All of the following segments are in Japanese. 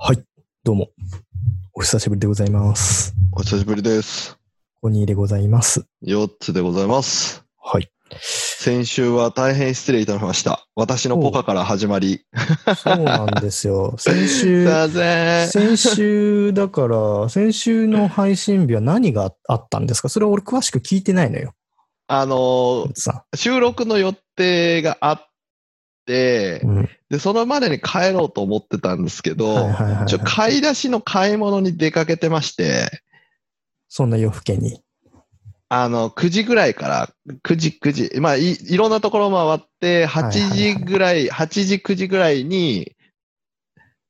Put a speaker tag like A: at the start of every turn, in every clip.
A: はい、どうも。お久しぶりでございます。
B: お久しぶりです。
A: コニーでございます。
B: 4つでございます。
A: はい。
B: 先週は大変失礼いたしました。私のポカから始まり。
A: そうなんです よ。先
B: すい
A: 週、
B: ません。
A: 先週、だから、先週の配信日は何があったんですかそれは俺詳しく聞いてないのよ、
B: あの
A: お、つさ
B: 収録の予定があって
A: ん。、うん。
B: で、そのまでに帰ろうと思ってたんですけど、
A: はいはいはい
B: ちょ、
A: はい。
B: 買い出しの買い物に出かけてまして、
A: そんな夜更けに。
B: あの、9時ぐらいから、9時、9時、まあ、いいろんなところ回って、8時ぐらい、8時、9時ぐらいに、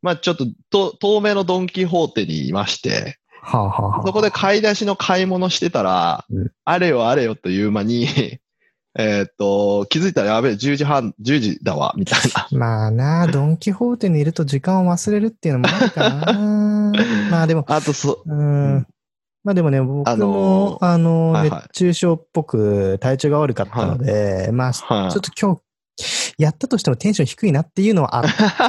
B: まあ、ちょっとと、遠目のドン・キホーテにいまして、
A: はあ、はあはあ、
B: そこで買い出しの買い物してたら、
A: うん
B: あれよあれよという間に、 えーっと、気づいたら、やべえ、10時半、10時だわ、みたいな。
A: まあなあ、ドン・キホーテにいると時間を忘れるっていうのもあるか な。まあでも、
B: あと、そ、
A: うんまあでもね、僕
B: あ
A: も
B: の、
A: あの、
B: はいはい
A: 熱中症っぽく体調が悪かったので、まあ、ちょ
B: はい
A: っと今日、やったとしてもテンション低いなっていうのは あっ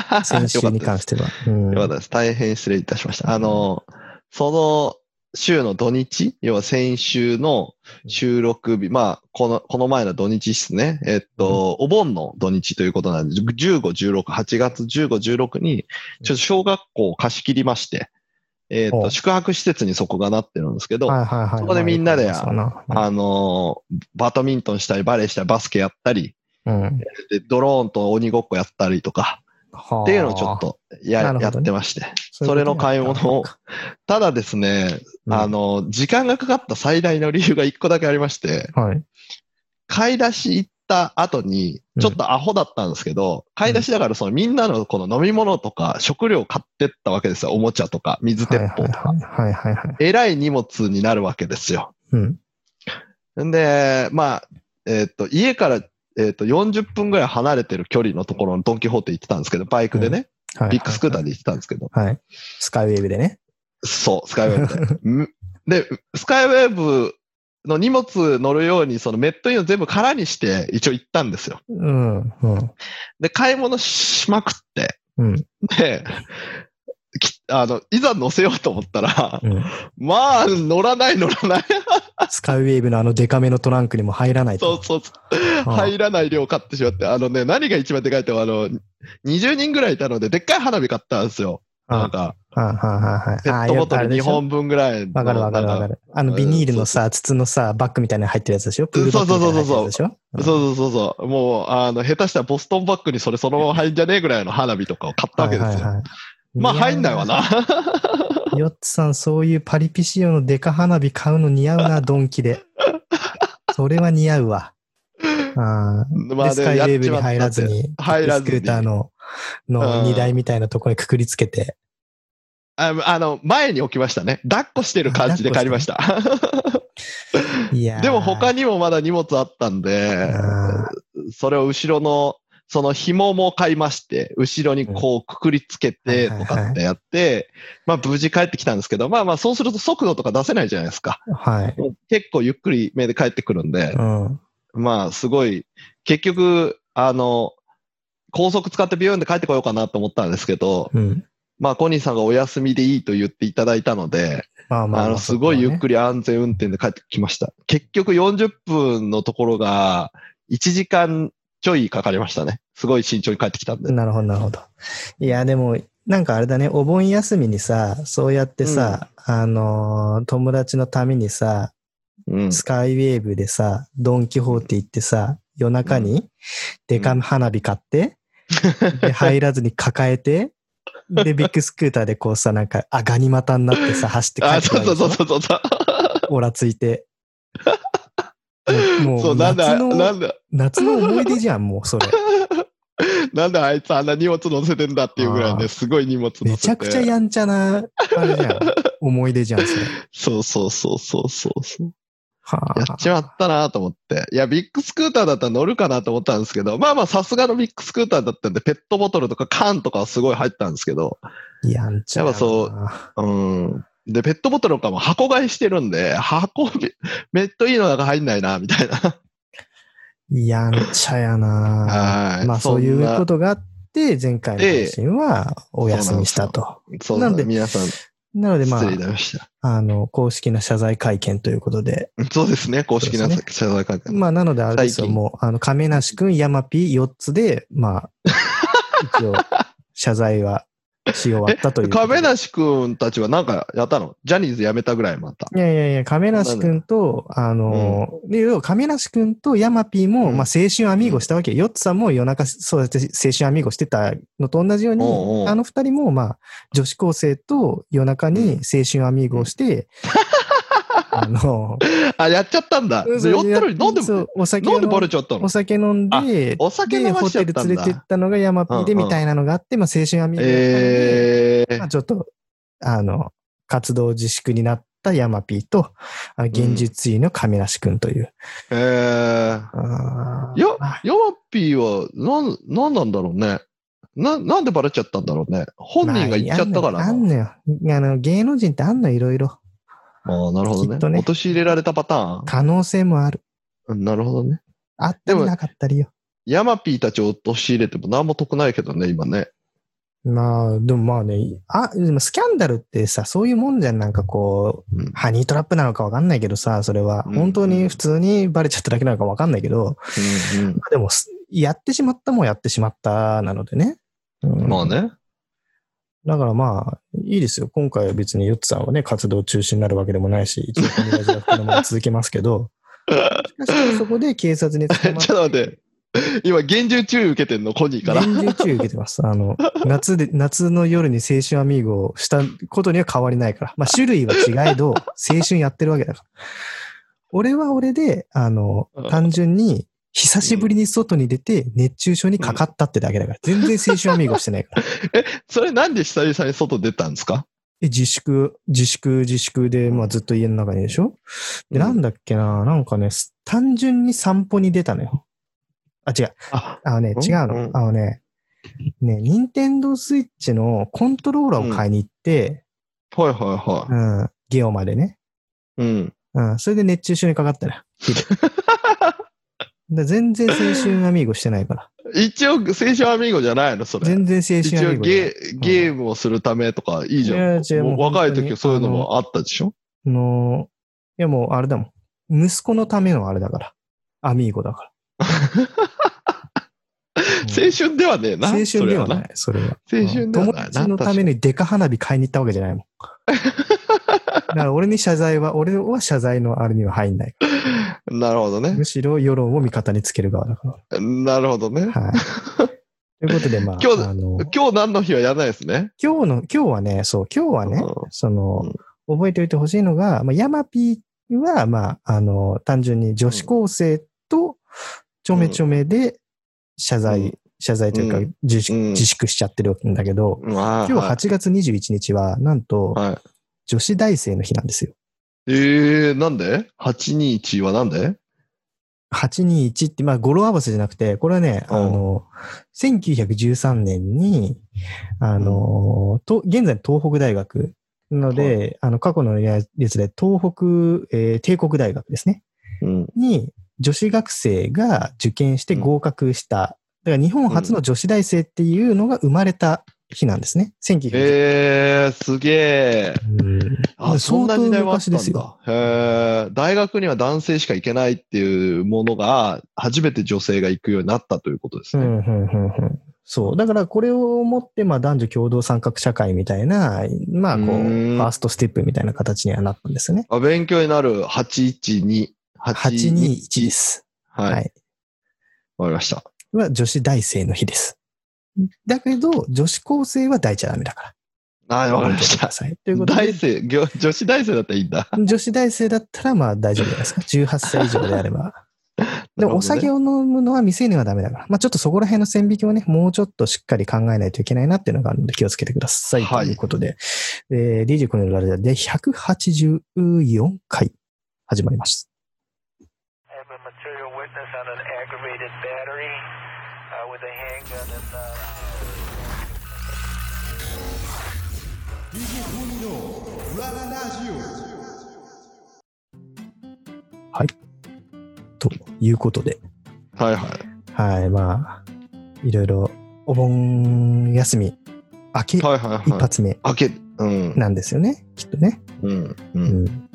A: た、先週に関しては。うん
B: よかったです。大変失礼いたしました。あの、その週の土日、要は先週の収録日、まあ、この、この前の土日ですね。えっと、お盆の土日ということなんで、15、16、8月15、16に、ちょっと小学校を貸し切りまして、えっ
A: ほ
B: と、
A: う
B: 宿泊施設にそこがなってるんですけど、
A: はいはいはい。
B: そこでみんなで
A: まあそうな
B: あの、バドミントンしたり、バレーしたり、バスケやったり、
A: うん
B: でドローンと鬼ごっこやったりとか、
A: はあ
B: っていうのをちょっとや,、
A: なるほどね
B: やってまして。
A: そういう
B: それ
A: こと
B: の
A: だ
B: 買い
A: ったのか
B: 物をただですね、
A: うん
B: あの、時間がかかった最大の理由が一個だけありまして、
A: はい。
B: 買い出し行った後に
A: う、ん
B: ちょっとアホだったんですけど、買い出しだからそのみんなのこの飲み物とか食料買ってったわけですよ。おもちゃとか、水
A: はいは
B: 鉄
A: い
B: 砲とか。
A: はいはいはい。
B: えらい荷物になるわけですよ。
A: うん。
B: んで、まあ、えっ、と、家から、えっと40分ぐらい離れてる距離のところのドン・キホーテ行ってたんですけど、バイクでね、ビッグスクーター
A: で。
B: で行ってたんですけど、
A: はい。スカイウェーブでね。
B: そう、スカイウェーブで。で、スカイウェーブの荷物乗るように、そのメットインを全部空にして、一応行ったんですよ。
A: うん。うん。
B: で、買い物しまくって、
A: うん。
B: で、きあの、いざ乗せようと思ったら
A: う、ん。
B: まあ、乗らない乗らない。
A: スカイウェーブのあのデカめのトランクにも入らない
B: そう
A: と。
B: そうそう。
A: ああ
B: 入らない量買ってしまって、あのね、何が一番でかいって、あの、20人ぐらいいたので、でっかい花火買ったんですよ。なんか、
A: はいはいはい
B: ペ
A: はい。
B: ットボトル2
A: 日本
B: 本分ぐらいの。
A: わかるわかるわか
B: る。
A: る。あのビニールのさ、筒のさ、バッグみたいなの入ってるやつでしょプールバッグみたいなの入ってるやつでしょ
B: そうそうそうそう。もう、あの、下手したらボストンバッグにそれそのまま入んじゃねえぐらいの花火とかを買ったわけですよ。
A: はいはいはい
B: まあ、入んないわ。な。
A: ヨッツさん、そういうパリピ仕様のデカ花火買うの似合うな、ドンキ で。それは似合うわ。あー
B: ま
A: でスカイウェーブに入らず
B: やっちまったって。
A: に、
B: 入らずに
A: スクーターのの
B: うん
A: 荷台みたいなところにくくりつけて、
B: ああの、前に置きましたね。抱っこしてる感じで借りました。
A: いやー
B: でも他にもまだ荷物あったんで、
A: あ
B: それを後ろの、その紐も買いまして、後ろにこうくくりつけて
A: うん
B: とかってやって、まあ無事帰ってきたんですけど、まあまあそうすると速度とか出せないじゃないですか。
A: ーはい。
B: 結構ゆっくり目で帰ってくるんで、
A: うん。
B: まあ、すごい、結局、あの、高速使ってビューンで帰ってこようかなと思ったんですけど、
A: うん。
B: まあ、コニーさんがお休みでいいと言っていただいたので、
A: まあまあ
B: あ
A: ま
B: の、
A: あ。
B: すごいゆっ
A: り。
B: くり安全運転で帰ってきました。結局40分のところが、1時間ちょいかかりましたね。すごい慎重に帰ってきたんで。
A: なるほど、なるほど。いや、でも、なんかあれだね、お盆休みにさ、そうやってさ、あのー友達のためにさ、
B: うん。
A: スカイウェーブでさ、ドン・キホーテ行ってさ、夜中に、でか
B: うん
A: 花火買 って、で、入らずに抱えて、で、ビッグスクーターでこうさ、なんか、あ、ガニ股になってさ、走って帰
B: あ、
A: ってく
B: そう
A: るでし
B: そ
A: ょ
B: うそうそうそう。
A: オラつい て。もう、
B: そう、なんで、
A: 夏
B: な
A: の、
B: んで、
A: 夏の思い出じゃん、もう、それ。
B: なんであいつあんな荷物乗せてんだっていうぐらい
A: あー
B: ね、すごい荷物乗せて。
A: めちゃくちゃやんちゃな、あれじゃん。思い出じゃん、それ。
B: そうそうそうそうそうそう。
A: は
B: やっちまったなと思って。いや、ビッグスクーターだったら乗るかなと思ったんですけど、まあまあ、さすがのビッグスクーターだったんで、ペットボトルとか缶とかはすごい入ったんですけど、
A: やんちゃだな
B: やっぱそううん。で、ペットボトルとかも箱買いしてるんで、箱、メットいいの中入んないな、みたいな。
A: やんちゃやな
B: はい
A: まあ
B: そ
A: そ
B: ん
A: う
B: な
A: いうことがあっで、前回の配信はお休みしたと。
B: そうな
A: なんんで
B: で、皆さん、
A: なので、ま
B: 失
A: あ
B: 礼い、たしました。
A: あの、公式な謝罪会見ということで。
B: そうですね、公式な
A: そうです
B: 謝罪会見。
A: まあ、なので、あれですよ、
B: 最近
A: もう、あの、亀梨くん、山ピー4つで、 まあ、一応、謝罪はし終わったということで。
B: 亀梨くんたちはなんかやったのジャニーズ辞めたぐらいまた。
A: いやいやいや、亀梨くんと、あの、で、要は亀梨くんと山ピーも、
B: うん
A: まあ、青春アミーゴしたわけ。よっつさんも夜中、そうやって青春アミーゴしてたのと同じように、
B: おうおう
A: あの二人も、まあ、女子高生と夜中に青春アミーゴをして、 あの、
B: あ、やっちゃったんだ。
A: そう
B: 酔ったのに飲ん で、
A: そうお酒
B: 飲んでバ
A: 飲
B: レちゃった
A: お
B: の
A: 酒飲んで、
B: お酒
A: で、
B: 飲ま
A: ホ
B: しちゃ
A: テ
B: っ
A: ル
B: た
A: 連
B: ん
A: れてっ
B: だ。
A: たのが山ピーで
B: うんうん
A: みたいなのがあって、まあ、青春アミーゴだったんで、
B: えー
A: まあ、ちょっと、あの、活動自粛になった山ピーと、あの現実医の亀梨くんという。
B: えー。
A: あー
B: いや
A: まあ、
B: ヨマピーは、なん、なんなんだろうね。な、なんでバレちゃったんだろうね。本人が言っちゃったから
A: まああ
B: な。
A: んのよ。あの、芸能人ってあんのいろいろ。
B: ああ、なるほ
A: きっ
B: ど
A: と
B: ね。
A: ね
B: 落とし入れられたパターン
A: 可能性もある。
B: うん。なるほどね。
A: あったりなかったりよ。
B: ヤマピーたちを落とし入れても何も得ないけどね、今ね。
A: まあ、でもまあね、あ、でもスキャンダルってさ、そういうもんじゃん。なんかこう、
B: うん
A: ハニートラップなのかわかんないけどさ、それは。
B: うん
A: 本当に普通にバレちゃっただけなのかわかんないけど、
B: うんうん
A: まあでも、すやってしまったもんやってしまったなのでね。うん
B: まあね。
A: だからまあ、いいですよ。今回は別にヨッツさんはね、活動中止になるわけでもないし、一応コミュニティはこのまま続けますけど、しかしそこで警察に
B: ち
A: 捕
B: ょっ
A: ま
B: と待って。今、厳重注意受けてんの、コニーから。
A: 厳重注意受けてます。あの、夏で、夏の夜に青春アミーゴをしたことには変わりないから。まあ、種類は違えど、青春やってるわけだから。俺は俺で、あの
B: うん、
A: 単純に、久しぶりに外に出て、熱中症にかかったってだけだから。全然青春アミーゴしてないから。
B: それなんで久々に外出たんですか
A: で、自粛、自粛、自粛で、まあ、ずっと家の中にでしょで、なんだっけな、なんかね、す単純に散歩に出たのよ。あ、違う。
B: あ、
A: あのね、
B: うん
A: 違うの。
B: うん
A: あのね、ね、ニンテンドースイッチのコントローラーを買いに行って、
B: はいはいうは
A: ん、ゲオまでね。
B: い。うん。
A: うん、それで熱中症にかかったな。昼だ から全然青春アミーゴしてないから。
B: 一応、青春アミーゴじゃないの、それ。
A: 全然青
B: 一
A: 春ア
B: 応
A: ミーゴじゃない。
B: ゲー、ゲームをするためとかいいじ
A: い
B: ゃ
A: や。
B: ん
A: 違うもう
B: もう若い
A: 本当
B: 時
A: に
B: そういうのもあったでしょ
A: あのいやもうあれだもん。息子のためのあれだから。アミーゴだ から。うん
B: 青春ではねえな。
A: 青春では
B: それ
A: ない、それは。
B: 青春ではない
A: うん友達のためにデカ花火買いに行ったわけじゃないもん。だから俺に謝罪は、俺は謝罪のあれには入んない。
B: なるほどね
A: む。しろ世論を味方につける側だか
B: なるほどね
A: ら。。 はい。ということで、まあ、
B: 今日
A: あの
B: 今日何の日はやらないですね。
A: 今日の、今日はね、そう、今日はね
B: うん、
A: その、覚えておいてほしいのが、まあ、ヤマピーは、まあ、あの、単純に女子高生とちょめちょめで謝罪、
B: うん
A: 謝罪という
B: う
A: か自粛、
B: うん
A: 自粛しちゃってるんだけど、
B: まあ、
A: 今日
B: はい
A: 8月21日は、なんと、
B: はい。
A: 女子大生の日なんですよ。
B: えー、なんで ?821 はなんで
A: 821って、まあ、語呂合わせじゃなくて、これはね、
B: うん
A: あの、1913年に、あの、と現在の東北大学ので、
B: は
A: あの、過去のやつで、東北、えー帝国大学ですね、
B: うん。
A: に女子学生が受験して合格した、だから日本初の女子大生っていうのが生まれた日なんですね。1913年。
B: えー、すげえ。
A: うん
B: あ、そんな時代もあったん
A: 相当昔です
B: だ
A: よ。
B: へー大学には男性しか行けないっていうものが、初めて女性が行くようになったということです
A: う
B: ね。
A: んうんうんうんそう。だからこれをもって、まあ男女共同参画社会みたいな、まあこう、
B: う
A: フ
B: ーん
A: ァーストステップみたいな形にはなったんですよね。
B: あ勉強になる812。
A: 821で。す。
B: はい。
A: は
B: わ
A: い。
B: かりました。
A: は女子大生の日です。だけど、女子高生は抱いちゃダメだか
B: はい、
A: ら。
B: わかりまし
A: ご了承く
B: た
A: だ。さいということ
B: 大
A: で、
B: 生、ぎょ女子大生だったらいいんだ。
A: 女子大生だったらまあ大丈夫じゃないですか。18歳以上であ れば。でもお酒
B: を。
A: を飲むのは未成年はダメだから。まあちょっとそこら辺の線引きをね、もうちょっとしっかり考えないといけないなっていうのがあるので気をつけてください。
B: はい
A: ということで、えー、DJ コネのラジオで184回始まりました。
C: I have a material witness on an aggravated battery uh, with a handgun and. Uh
D: DJ コニーの裏ラジオ
A: ということで、
B: はいは
A: は
B: い。
A: い、まあ、いろいろお盆休み明け
B: はいはい
A: 一
B: はい。
A: 発目
B: 開け、うん。
A: なんですよね、きっとね。
B: うん。う。
A: うんん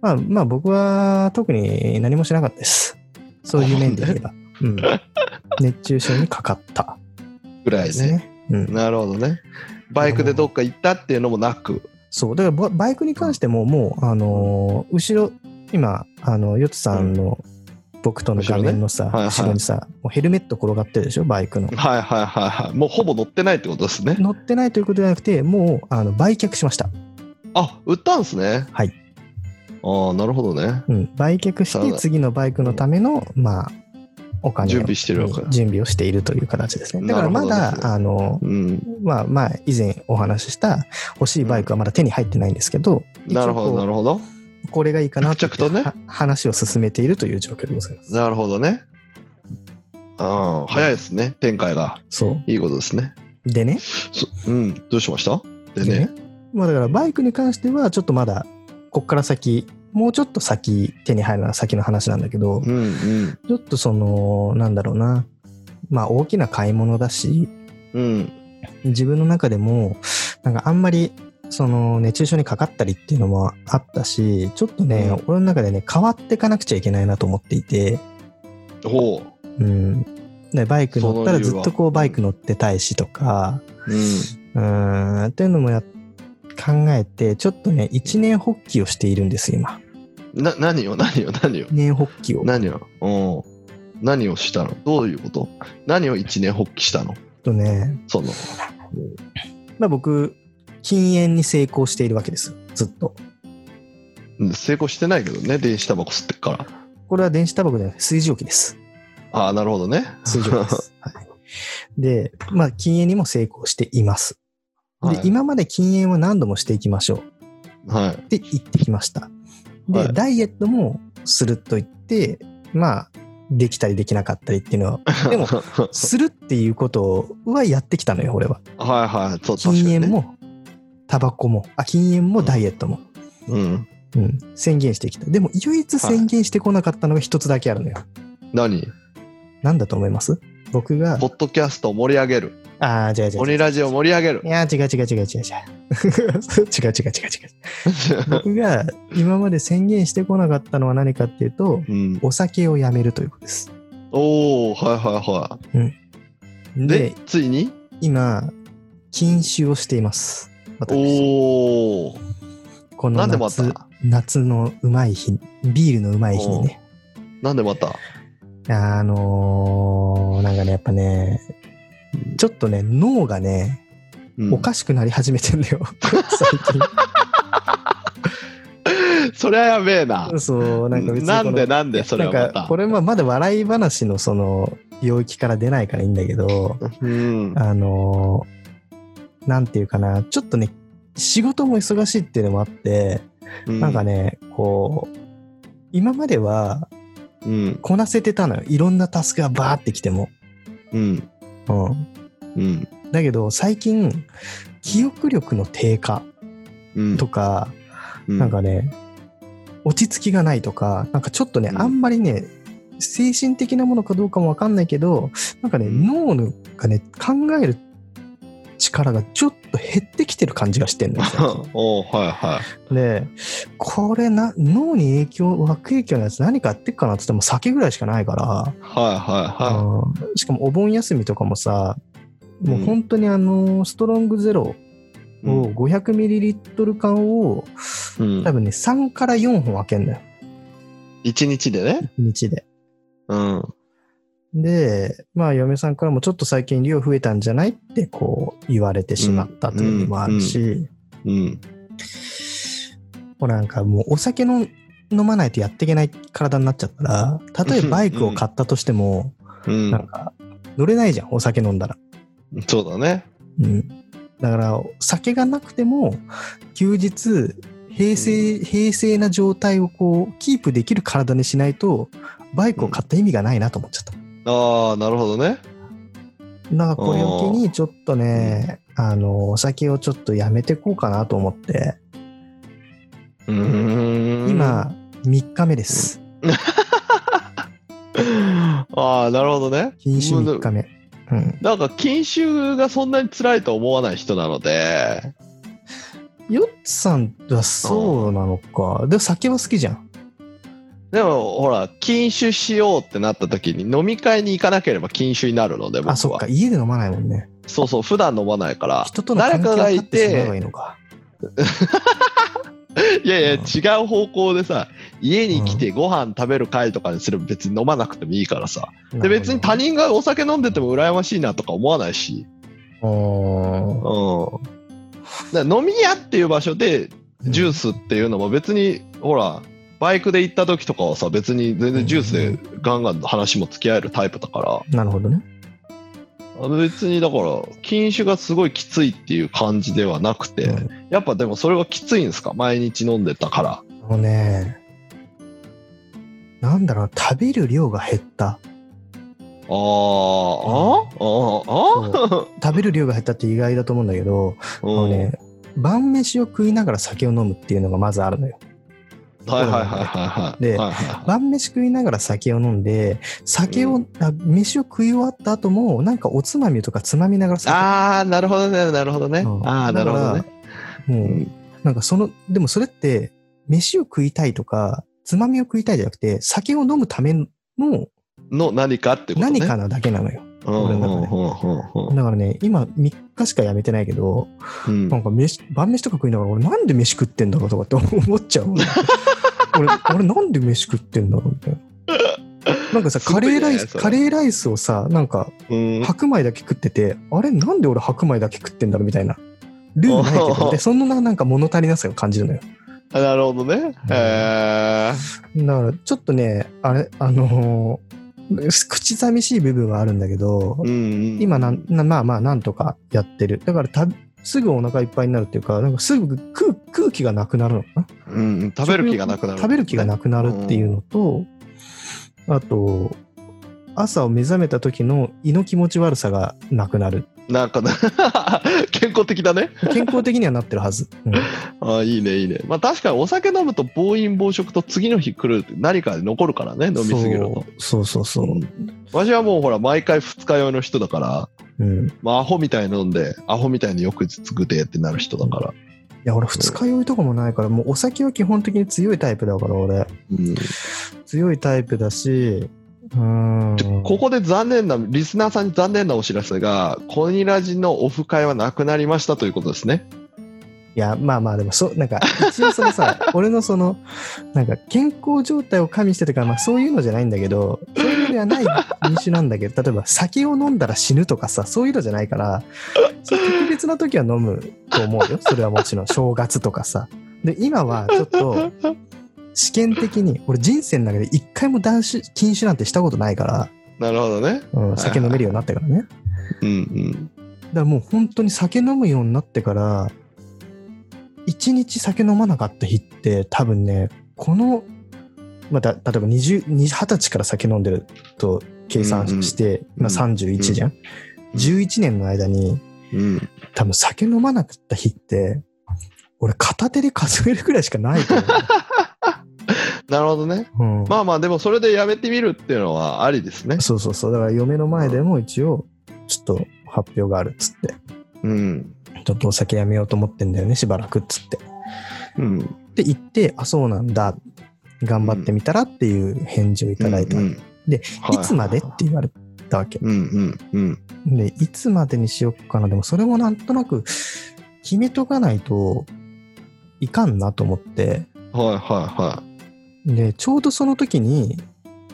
A: まあ、まあ僕は特に何もしなかったです。そういう面で言え ば。うん、熱中症にかかった
B: ぐら
A: で
B: い
A: す
B: ね。
A: ね。うん、
B: なるほどね。バイクでどっか行ったっていうのもなく。
A: そう、だからババイクに関してももう、あのー後ろ、今、あの、ヨッツさんの僕との画面のさ、
B: 後ろねはいはい
A: 後ろにさ、もうヘルメット転がってるでしょ、バイクの。
B: はいはいはいはい。もうほぼ乗ってないってことですね。
A: 乗ってないということじゃなくて、もうあの売却しました。
B: あ、売ったんですね。
A: はい。
B: ああ、なるほどね。
A: うん、売却し
B: そう
A: て
B: だ
A: 次のバイクのための、まあ、お金を
B: 準備してるわけだ
A: 準備をしているという形ですね。だからま
B: な
A: だ、
B: るほどですね
A: あの、
B: うん。
A: まあ、まあ、以前お話しした欲しいバイクはまだ手に入ってないんですけど、
B: なるほ
A: 一応
B: ど、
A: こう
B: なるほど。
A: これがいいかなって
B: 着々とね
A: は話を進めているという状況でございます。
B: なるほどね。ああ、早いですね。展開が。
A: そ
B: いいことですね。
A: う。でね、
B: そうん。どうしましたで
A: で
B: ね
A: ね。まあ、だからバイクに関しては、ちょっとまだ、こっから先、もうちょっと先、手に入るのは先の話なんだけど、
B: うんうん。
A: ちょっとその、なんだろうな、まあ大きな買い物だし、
B: うん。
A: 自分の中でも、なんかあんまり、その熱中症にかかったりっていうのもあったし、ちょっとね、
B: うん
A: 俺の中でね、変わっていかなくちゃいけないなと思っていて、
B: ほ
A: うん。でバイク乗ったら
B: その理由
A: ず
B: は
A: っとこうバイク乗ってたいしとか、
B: う。うん。
A: うん、っていうのもや考えて、ちょっとね、一年発起をしているんです、今。
B: な、何を何を何を
A: 一年発起を。
B: 何をうん。何をしたのどういうこと何を一年発起したの
A: とね、
B: その。
A: まあ僕、禁煙に成功しているわけです、ずっと。
B: うん成功してないけどね、電子タバコ吸ってっから。
A: これは電子タバコじゃなくて水蒸気です。
B: ああ、なるほどね。
A: 水 蒸気です。はい、で、まあ、禁煙にも成功しています。で、
B: はい
A: 今まで禁煙は何度もしていきましょう
B: はい。
A: って言ってきました。で、
B: はい
A: ダイエットもすると言って、まあ、できたりできなかったりっていうのは、 でも、
B: は
A: するっていうことはやってきたのよ、俺は。
B: いはい。そう、
A: 禁煙
B: 確
A: も、タバコも、あ、禁煙もダイエットも、
B: かにね。うん。
A: うん、宣言してきた。でも、唯一宣言してこなかったのが一つだけあるのよ。
B: 何
A: なんだと思います僕が
B: ポ、ッドキャストを盛り上げる。
A: ああ、じゃあじゃあ。
B: 鬼ラジオを盛り上げる
A: い。や、違う違う違う 違う違う。違う違う違う違う違う。僕が今まで宣言してこなかったのは何かっていうと、
B: うん、
A: お酒をやめるということです。
B: おおはいはいは
A: で、
B: い。で、ついに
A: 今、禁酒をしています。私、
B: おお
A: この
B: なんでま
A: 夏
B: た
A: 夏のうまい日、ビールのうまい日にね、
B: なんでまた
A: あのー、なんかね、やっぱね、ちょっとね、脳がね、
B: うん
A: おかしくなり始めてんだよ、 最近。
B: そりゃやべえな。
A: そう、なんか別にこ
B: な
A: の。
B: んでなんでそれは
A: な
B: ま
A: んか
B: た。
A: これはまだ笑い話のその領域から出ないからいいんだけど、
B: うん。
A: あのーなんていうかな、ちょっとね、仕事も忙しいっていうのもあって、なんかね、こう、今までは
B: うん。
A: こなせてたのよ。いろんなタスクがバーってきても。
B: うん。
A: うん。
B: うん。
A: だけど最近、記憶力の低下
B: うん。
A: とか、
B: う
A: なんかね、落ち着きがないとか、なんかちょっとね、
B: うん
A: あんまりね、精神的なものかどうかもわかんないけど、なんかね、
B: うん
A: 脳のがね、考える力がちょっと減ってきてる感じがしてるんです よ。
B: おーはいは
A: で、これな、脳に影響、悪影響のやつ何かやってっかなって言っても酒ぐらいしかないから、
B: い。はいはいは
A: うんしかもお盆休みとかもさ、もううん本当にあの、ストロングゼロ
B: い。うん
A: を 500ml 缶を
B: うん
A: 多分ね、3から4本開けんだよ。
B: 一日でね。
A: 1日で。
B: うん。
A: で、まあ、嫁さんからもちょっと最近量増えたんじゃないってこう言われてしまったというのもあるし、
B: うん。
A: もうなんかもうお酒の飲まないとやっていけない体になっちゃったら、例えばバイクを買ったとしても、
B: う
A: なん
B: ん。
A: か乗れないじゃん、お酒飲んだら。
B: そうだね。
A: うん。だから、酒がなくても、休日、平成、平成な状態をこう、キープできる体にしないと、バイクを買った意味がないなと思っちゃった。
B: ああ、なるほどね。
A: なんかこれを機にちょっとね、あの、お酒をちょっとやめてこうかなと思って、
B: うーん。
A: 今、3日目です。
B: ああ、なるほどね。
A: 禁酒3日目。うん、
B: なんか禁酒がそんなに辛いと思わない人なので、
A: ヨッツさんはそうなのか。でも酒は好きじゃん。
B: でもほら、禁酒しようってなった時に飲み会に行かなければ禁酒になるので、僕は。
A: あ、そっか。家で飲まないもんね。
B: そうそう、普段飲まないから。
A: 人との関係
B: 誰か
A: を
B: が
A: 立
B: い
A: ってしまえばい
B: て、
A: いのか。
B: いやいや、
A: うん
B: 違う方向でさ、家に来てご飯食べる会とかにすれば別に飲まなくてもいいからさ。で、別に他人がお酒飲んでても羨ましいなとか思わないし。
A: 人
B: うん。だから飲み屋っていう場所でジュー
A: ス。
B: スっていうのも別に、ほら、バイクで行った時とかはさ、別に全然ジュースでガンガン話も付き合えるタイプだか
A: なるほどね。
B: ら、別にだから、禁酒がすごいきついっていう感じではなくて、
A: うん
B: やっぱでもそれはきついんですか毎日飲んでたから。
A: あのね、なんだろうな、食べる量が減った。
B: あー、あー、あー、あ
A: 食べる量が減ったって意外だと思うんだけど、
B: ー、
A: あの
B: うん
A: ね、晩飯を食いながら酒を飲むっていうのがまずあるのよ。
B: はいはいはいはいはい。
A: で
B: はいはいはい
A: 晩飯食いながら酒を飲んで、酒を、あ飯を食い終わった後も、なんかおつまみとかつまみながら酒
B: あー、なるほどね、なるほどね。
A: うん
B: あー、なるほどね。
A: も
B: う
A: う、
B: ん
A: なんかその、でもそれって、飯を食いたいとか、つまみを食いたいじゃなくて、酒を飲むための
B: の何かってことね。
A: 何かなだけなのよ。
B: うんうん
A: 俺
B: う
A: の
B: ん
A: 中
B: うんうん
A: だからね、今3日しかやめてないけど、
B: うん
A: なんか飯、晩飯とか食いながら、俺なんで飯食ってんだろうとかって思っちゃう。 俺、俺なんで飯食ってんだろうみたいな。なんかさ、
B: すご
A: カ
B: いね
A: レーライス、
B: それ
A: カレーライスをさ、なんか
B: うん
A: 白米だけ食ってて、あれなんで俺白米だけ食ってんだろうみたいな。ルールないけ
B: お
A: ど、
B: ー
A: で、そんななんか物足りなさを感じるのよ。
B: あなるほどね。へ
A: だ
B: ー
A: から、ちょっとね、あれ、あのー口寂しい部分はあるんだけど、
B: うんうん
A: 今なん、なまあまあなんとかやってるだからたすぐお腹いっぱいになるっていうかなんかすぐ空空気がなくなるのかな
B: うんうん食べる気がなくなる。
A: 食べる気がなくなるっていうのと、あと朝を目覚めた時の胃の気持ち悪さがなくなる
B: なんかな 健康的だね。
A: 健康的にはなってるはず、 うん
B: ああ、いいね、いいね。まあ確かにお酒飲むと暴飲暴食と次の日来る何かで残るからね、飲みすぎると。
A: そうそうそうそう、
B: わしはもうほら、毎回二日酔いの人だから、
A: うん、い
B: まあアホみたいに飲んで、アホみたいに翌日ぐでってなる人だから。
A: や俺二日酔いとかもないからもうお酒は基本的に強いタイプだから俺
B: うん、
A: 強いタイプだしうーん
B: ちょここで残念な、リスナーさんに残念なお知らせが、コニラジのオフ会はなくなりましたということですね。
A: いや、まあまあ、でも、そう、なんか、一応そのさ、俺のその、なんか、健康状態を加味してとか、まあそういうのじゃないんだけど、そういうのではない飲酒なんだけど、例えば酒を飲んだら死ぬとかさ、そういうのじゃないから、そう特別な時は飲むと思うよ。それはもちろん、正月とかさ。で、今はちょっと、試験的に、俺人生の中で一回も断酒、禁酒なんてしたことないから、
B: なるほどね。
A: うん、酒飲めるようになってからね。
B: うん
A: だからもう本当に酒飲むようになってから一日酒飲まなかった日って多分ねこの、まあ、だ例えば20 20, 歳から酒飲んでると計算して、
B: うん
A: 今31じゃん、
B: うん
A: 11年の間に
B: うん。うん。
A: 多分酒飲まなかった日って俺片手で数えるくらいしかないと
B: なるほどね。
A: 思う、うん
B: まあまあ、でもそれでやめてみるっていうのはありですね。
A: そうそうそうだから嫁の前でも一応ちょっと発表があるっつって
B: うん。
A: ちょっとお酒やめようと思ってんだよねしばらくっつって
B: うん。
A: って言って、あ、そうなんだ。頑張ってみたらっていう返事をいただいた。
B: うんう
A: い
B: ん
A: で、
B: はい
A: つまでって言われたわけ。
B: うんうんうん。
A: で、いつまでにしよっかな。でもそれもなんとなく決めとかないといかんなと思って。
B: はいはいは
A: で、ちょうどその時に、
B: い。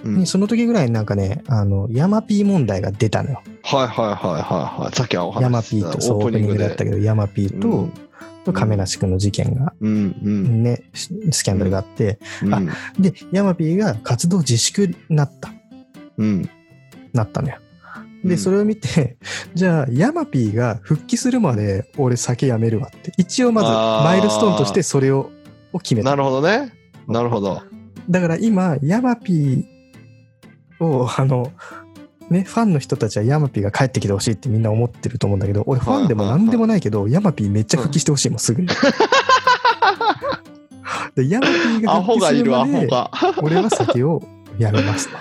B: うん
A: その時ぐらいになんかね、あの、ヤマピー問題が出たのよ。
B: はいはいはいはいはい。さっきはお
A: ヤマ
B: 話し
A: ピ
B: し
A: ー
B: た
A: と、そう、オープニングだったけど、ヤマピーと、亀梨君の事件が、
B: うんうん
A: ね、ススキャンダルがあって、
B: うん。
A: あで、ヤマピーが活動自粛になった。
B: うん。
A: なったのよ。
B: う
A: で、
B: ん
A: それを見て、 じゃあ、ヤマピーが復帰するまで俺酒やめるわって。一応まず
B: あー
A: マイルストーンとしてそれをを決め
B: な
A: た。
B: るほどね。なるほど。
A: だから今、ヤマピーを、あの、ね、ファンの人たちはヤマピーが帰ってきてほしいってみんな思ってると思うんだけど、俺ファンでも何でもないけど、ヤマピーめっちゃ復帰してほしいもん、す ぐに。で、ヤマピーが
B: ア
A: 復
B: ホ
A: 帰
B: が
A: す
B: い
A: る
B: るア
A: ま
B: ホ
A: で、
B: が。
A: 俺は酒をやめますと。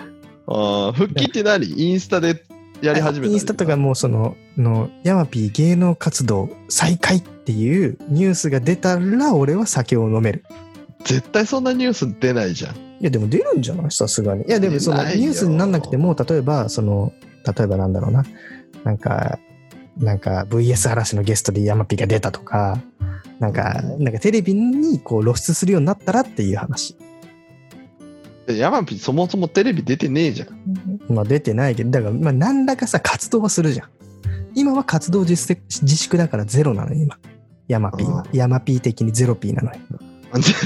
B: あー復帰って何インスタでやり始めたりか。
A: インスタとかもうその、の、ヤマピー芸能活動再開っていうニュースが出たら、俺は酒を飲める。
B: 絶対そんなニュース出ないじゃん。
A: いや、でも出るんじゃないさすがに。いや、でもその
B: 出ないよ
A: ニュースになんなくても、例えば、その、例えばなんだろうな。なんか、なんか VS 嵐のゲストで山ピが出たとか、なんか、なんかテレビにこう露出するようになったらっていう話。
B: でヤマピそもそもテレビ出てねえじゃん。
A: まあ出てないけど、だから、まあ何らかさ、活動はするじゃん。今は活動自粛自粛だからゼロなのよ、今。山ピーは。山ピー的にゼロピーなのよ。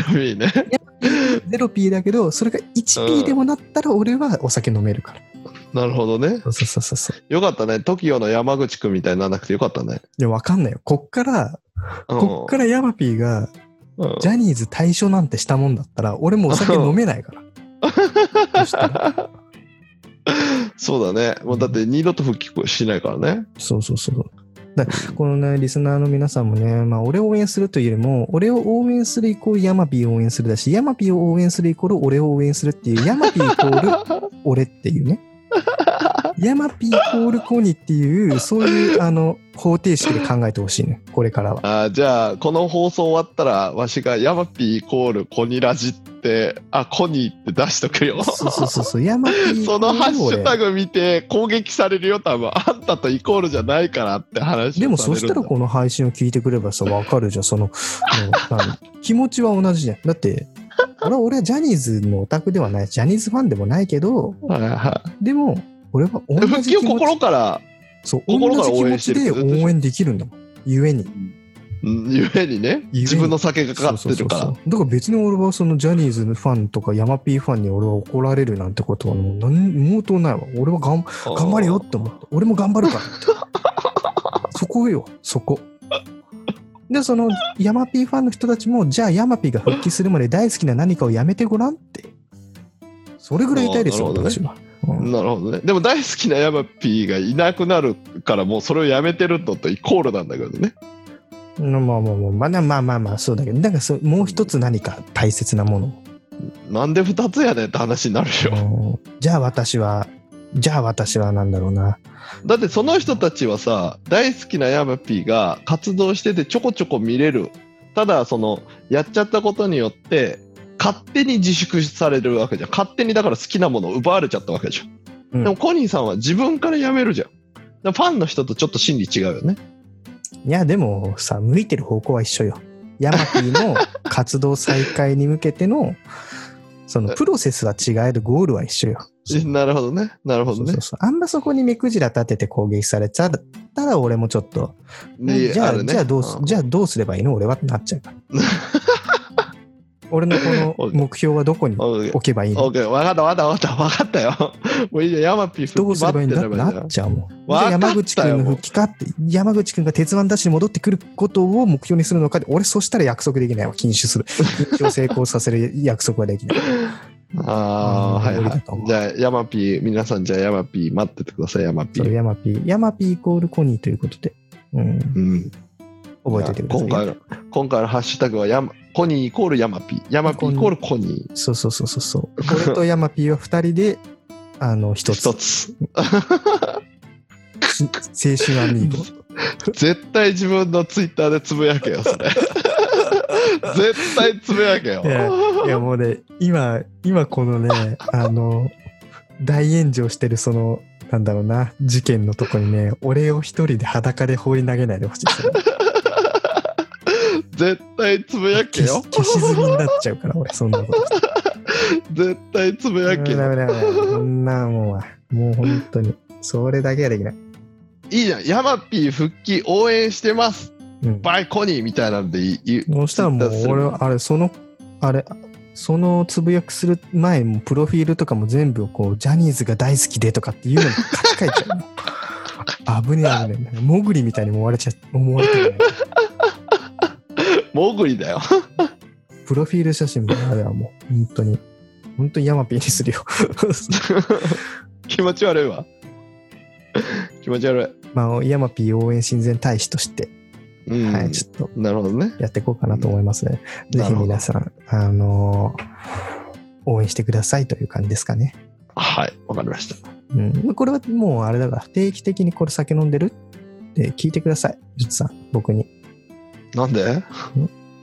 B: テレビね。
A: ゼロピーだけど、それが1ピーでもなったら俺はお酒飲めるから。
B: なるほどね。
A: そうそうそうそう。
B: よかったね。TOKIO の山口くんみたいにならなくてよかったね。
A: いや、わかんないよ。こっから、
B: うん
A: こっからヤマピーが
B: うん
A: ジャニーズ対象なんてしたもんだったら俺もうお酒飲めない から。そしたら
B: そうだね。もうだって二度と復帰しないからね。
A: そうそうそう。だこのね、リスナーの皆さんもね、まあ、俺を応援するというよりも、俺を応援するイコールヤマピーを応援するだし、ヤマピーを応援するイコール俺を応援するっていう、ヤマピーイコ ール俺っていうね。ヤマピーイコールコニっていう、そういうあの方程式で考えてほしいね、これから は。
B: あーじゃあ、この放送終わったら、わしがヤマピーイコールコニラジって、あ、コニーって出しとくよ。
A: そうそうそうそう、ヤマピーイコ
B: そ
A: ール俺。
B: のハッシュタグ見て攻撃されるよ、多分。あんたとイコールじゃないからって話
A: で
B: を
A: も
B: され
A: そ
B: る
A: し
B: んだ
A: たらこの配信を聞いてくればさ、わかるじゃん。その、もう何気持ちは同じじゃん。だって、俺は俺はジャニーズのオタクではない、ジャニーズファンでもないけど、
B: はいは
A: でも、俺は同
B: い復
A: じ
B: 帰を
A: 気持
B: 心
A: ち、
B: から、
A: そう、
B: 心
A: 同
B: か
A: じ
B: ら
A: 気
B: 応
A: 持
B: 援して
A: ち
B: る
A: で応援できるんだもん。ゆえに。
B: うんゆえにね、
A: に
B: 自分の酒がかかって
A: そ
B: るか
A: う
B: ら
A: そうそう。そうだから別に俺はそのジャニーズのファンとかヤマピーファンに俺は怒られるなんてことはもう何毛頭ないわ。俺はがん頑張れよって思って俺も頑張るからってそこよそこでそのヤマピーファンの人たちもじゃあヤマピーが復帰するまで大好きな何かをやめてごらんってそれぐらい痛いですよ、
B: あーなるほどね
A: 私は、うん
B: なるほどね。でも大好きなヤマピーがいなくなるから、もうそれをやめてるのとイコールなんだけどね。
A: まあまあまあまあまあまあまあそうだけどなんかそうもう一つ何か大切なものを
B: なんで二つやねんって話になるよ。
A: うんじゃあ私はじゃあ私はなんだろうな
B: だってその人たちはさ、大好きなヤマピーが活動しててちょこちょこ見れる。ただ、その、やっちゃったことによって、勝手に自粛されるわけじゃん。勝手にだから好きなものを奪われちゃったわけじゃん。
A: うん
B: でもコニーさんは自分からやめるじゃん。だからファンの人とちょっと心理違うよね。
A: いや、でもさ、向いてる方向は一緒よ。ヤマピーの活動再開に向けて の、そのプロセスは違えど、ゴールは一緒よ。
B: なるほどね。なるほ
A: そ
B: ど
A: うそ
B: ね
A: う。そうあんまそこに目くじら立てて攻撃されちゃったら、俺もちょっと、
B: ね
A: じゃあ、
B: るね
A: じゃあどうす、
B: ん
A: じゃあどうすればいいの俺はってなっちゃうから。 俺のこの目標はどこに
B: オッケー
A: 置けばいい
B: オ
A: の
B: ッケー、わかったわかったわかったわかったよ。もういいじゃん、ヤマピー
A: ど
B: 復
A: う
B: 帰
A: すればいいんだって
B: 待ってればい
A: な
B: い
A: っ
B: じ
A: ちゃうもん。じ
B: わ
A: ゃ
B: か
A: あ
B: ったよ
A: 山口君の復帰かって、山口君が鉄腕ダッシュに戻ってくることを目標にするのかって、俺そしたら約束できないわ。禁止する。禁止を成功させる約束はできない。
B: ゃんあ
A: う
B: あー、
A: ん
B: はい
A: 無理だ
B: は
A: と思
B: い。
A: う
B: じゃあ、ヤマピー、皆さん、じゃあヤマピー待っててください、ヤマピ
A: それ
B: ー。
A: ヤマピー。ヤマピーイコールコニーということで、うん、
B: うん、
A: 覚えておいてください。
B: 今回の今回のハッシュタグはヤマコニーイコールヤマピーヤマピーイコールコニー
A: そうそうそうそうそう。俺とヤマピーは二人で、あの、一つ
B: 一。つ
A: し 青春アミーゴ。
B: 絶対自分のツイッターでつぶやけよそれ絶対つぶやけよ
A: いやい やもうね今今このねあの大炎上してるそのなんだろうな事件のとこにね俺を一人で裸で放り投げないでほしいですね
B: 絶対つ ぶやけ
A: 消し
B: よ
A: 消し済みになっちゃうから俺そんなことして
B: 絶対つぶやけ
A: ダ
B: よ
A: メダメダメそんなもんはもう本当にそれだけはできない、
B: いいじゃんヤマピー復帰応援してます
A: うん、
B: バイコニーみたいなんでいい
A: そしたらもう俺はあれそのあれそのつぶやくする前もプロフィールとかも全部こうジャニーズが大好きでとかっていうのも書き換えちゃう もう危ねえ危ねえなんかモグリみたいに思われちゃ思われてるね
B: モグリだよ
A: プロフィール写真もあれはもう本当に本当にヤマピーにするよ
B: 気持ち悪いわ気持ち悪
A: まあヤマピー応援親善大使として、
B: い、うん
A: はいちょっと
B: なるほどね
A: やっていこうかなと思いますね、ぜ
B: な
A: ひ
B: るほど
A: 皆さんあの応援してくださいという感じですかね
B: はいわかりました
A: うん、これはもうあれだから、定期的にこれ酒飲んでるって聞いてください、ジュツさん、僕に。
B: な んで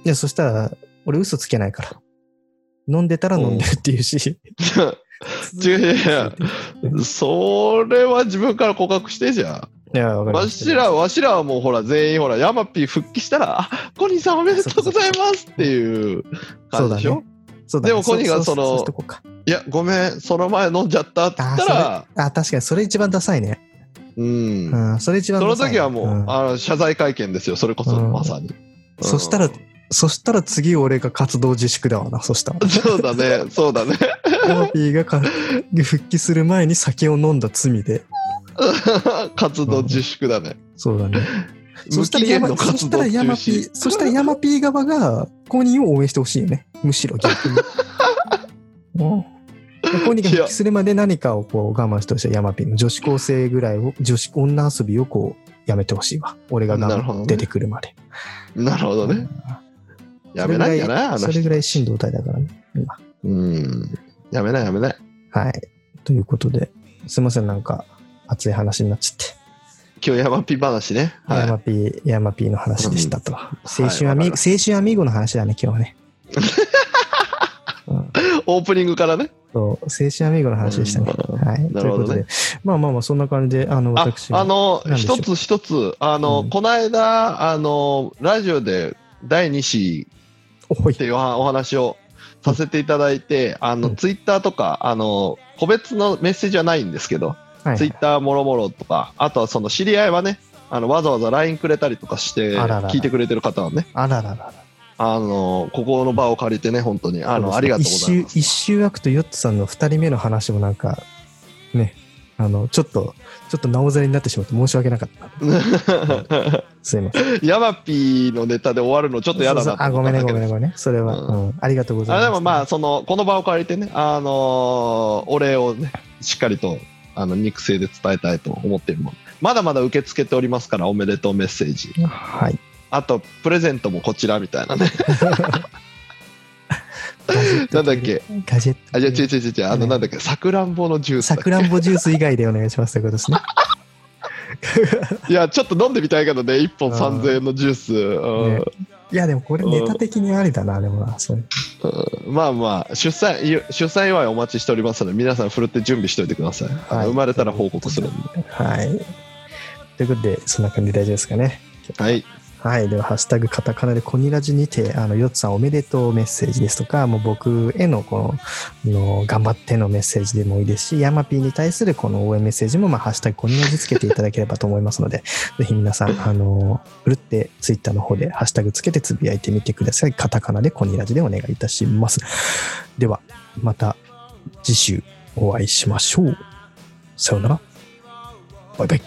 A: いや、そしたら、俺嘘つけないから。飲んでたら飲んでるっていうし。
B: 違う違うそれは自分から告白してじゃ
A: いや、わ
B: ん。
A: かり
B: わ
A: ました
B: しら、わしらはもうほら、全員ほら、ヤマピー復帰したら、あ、コニーさんおめでとうございますっていう
A: そう
B: 感じ
A: だ
B: でしょ
A: ね。そうだね
B: でもコニーがその
A: うううしてこうか
B: いや、ごめん、その前飲んじゃったって言ったら、
A: あ、確かに、それ一番ダサいね。
B: うん。
A: うん、それ一番
B: そ
A: ダ
B: の
A: サいね
B: 時はもう、
A: ん
B: あの謝罪会見ですよ、それこそ、
A: うん
B: まさに。。
A: そしたら、そしたら次俺が活動自粛だわな、そしたら
B: そうだね、そうだね。
A: ヤマピーがか復帰する前に酒を飲んだ罪で。
B: 活動自粛だね。
A: そうだね。そ
B: 無
A: した
B: 期
A: らヤ
B: 限
A: マ
B: の
A: そ
B: 活
A: した
B: 動
A: ら
B: 中
A: ヤマピ
B: 止
A: ー、。そしたらヤマピー側が公認を応援してほしいよね。むしろ 逆に。うんコニーが復帰するまで何かをこう我慢してほしいヤマピーの女子高生ぐらいを、女子女遊びをこうやめてほしいわ。俺が
B: な
A: 我
B: るほど
A: 慢
B: ね
A: 出てくるまで。
B: なるほどね。やめないんやな、あ
A: そ
B: の
A: れぐらいそれ
B: 人。
A: ぐらい振動体だからね。
B: うん。やめない、やめない。
A: はい。ということで、すいません、なんか熱い話になっちゃって。
B: 今日ヤマピ話ね。
A: ヤ
B: は
A: マピー、ヤマピーの話でしたと。青春アミ、
B: はいわか
A: 青春アミーゴの話だね、今日は ね。うん
B: い。オープニングからね。
A: そう青春アミーゴの話でしたね。
B: うん
A: はい。と
B: な
A: い
B: る
A: う
B: ほ
A: こ
B: どね
A: とで、まあまあまあ、そんな感じで、あの、
B: あ
A: 私、が
B: あの
A: 何、でしょう
B: 一つ一つ、あの、
A: うん
B: この間、あの、ラジオで第2子
A: おい
B: っていうお話お話をさせていただいて、あの、
A: うん
B: ツイッターとか、あの、個別のメッセージはないんですけど、
A: はい
B: ツイッターもろもろとか、あとはその知り合いはね、あのわざわざ LINE くれたりとかして、
A: あららら
B: 聞いてくれてる方はね、
A: あららら
B: あの、ここの場を借りてね、本当に、あ
A: ら。
B: の、ありがとうございま
A: 一周、一
B: す。
A: 周枠とヨッツさんの二人目の話もなんか、ね、あの、ちょっと、ちょっとなおざりになってしまって申し訳なかった。すいません。
B: ヤマピーのネタで終わるのちょっと嫌だ
A: そう
B: な
A: そうあ、ごめんね、ごめんね、ごめんね。それは、う、
B: うん
A: ありがとうございま
B: あ
A: す。
B: でもまあ、その、この場を借りてね、あのお礼をね、しっかりと、あの、肉声で伝えたいと思っているもの。まだまだ受け付けておりますから、おめでとうメッセージ。
A: あ、はい。
B: あと、プレゼントもこちらみたい なね。
A: ガジェット
B: なんだっけ
A: ガジェット。
B: あ、じゃ違う違う違う、あの、なんだっけ、さくらんぼのジュースだ
A: さ
B: っけ。
A: くらんぼジュース以外でお願いしますということ ですね。
B: いや、ちょっと飲んでみたいけどね、1本3000円のジュース
A: ねいや、でもこれネタ的にありだな、でもな、それ。
B: うん。まあまあ、出産、出産祝いお待ちしておりますので、皆さん、ふるって準備しておいてください。あの
A: はい
B: 生まれたら報告するんで。
A: はい。ということで、そんな感じで大丈夫ですかね。
B: はい。
A: はい。では、ハッシュタグカタカナでコニラジにて、あの、ヨッツさんおめでとうメッセージですとか、もう僕へのこの、の頑張ってのメッセージでもいいですし、ヤマピーに対するこの応援メッセージも、まあ、ハッシュタグコニラジつけていただければと思いますので、 ぜひ皆さん、あの、ふるってツイッターの方でハッシュタグつけてつぶやいてみてください。カタカナでコニラジでお願いいたします。では、また次週お会いしましょう。さようなら。バイバイ。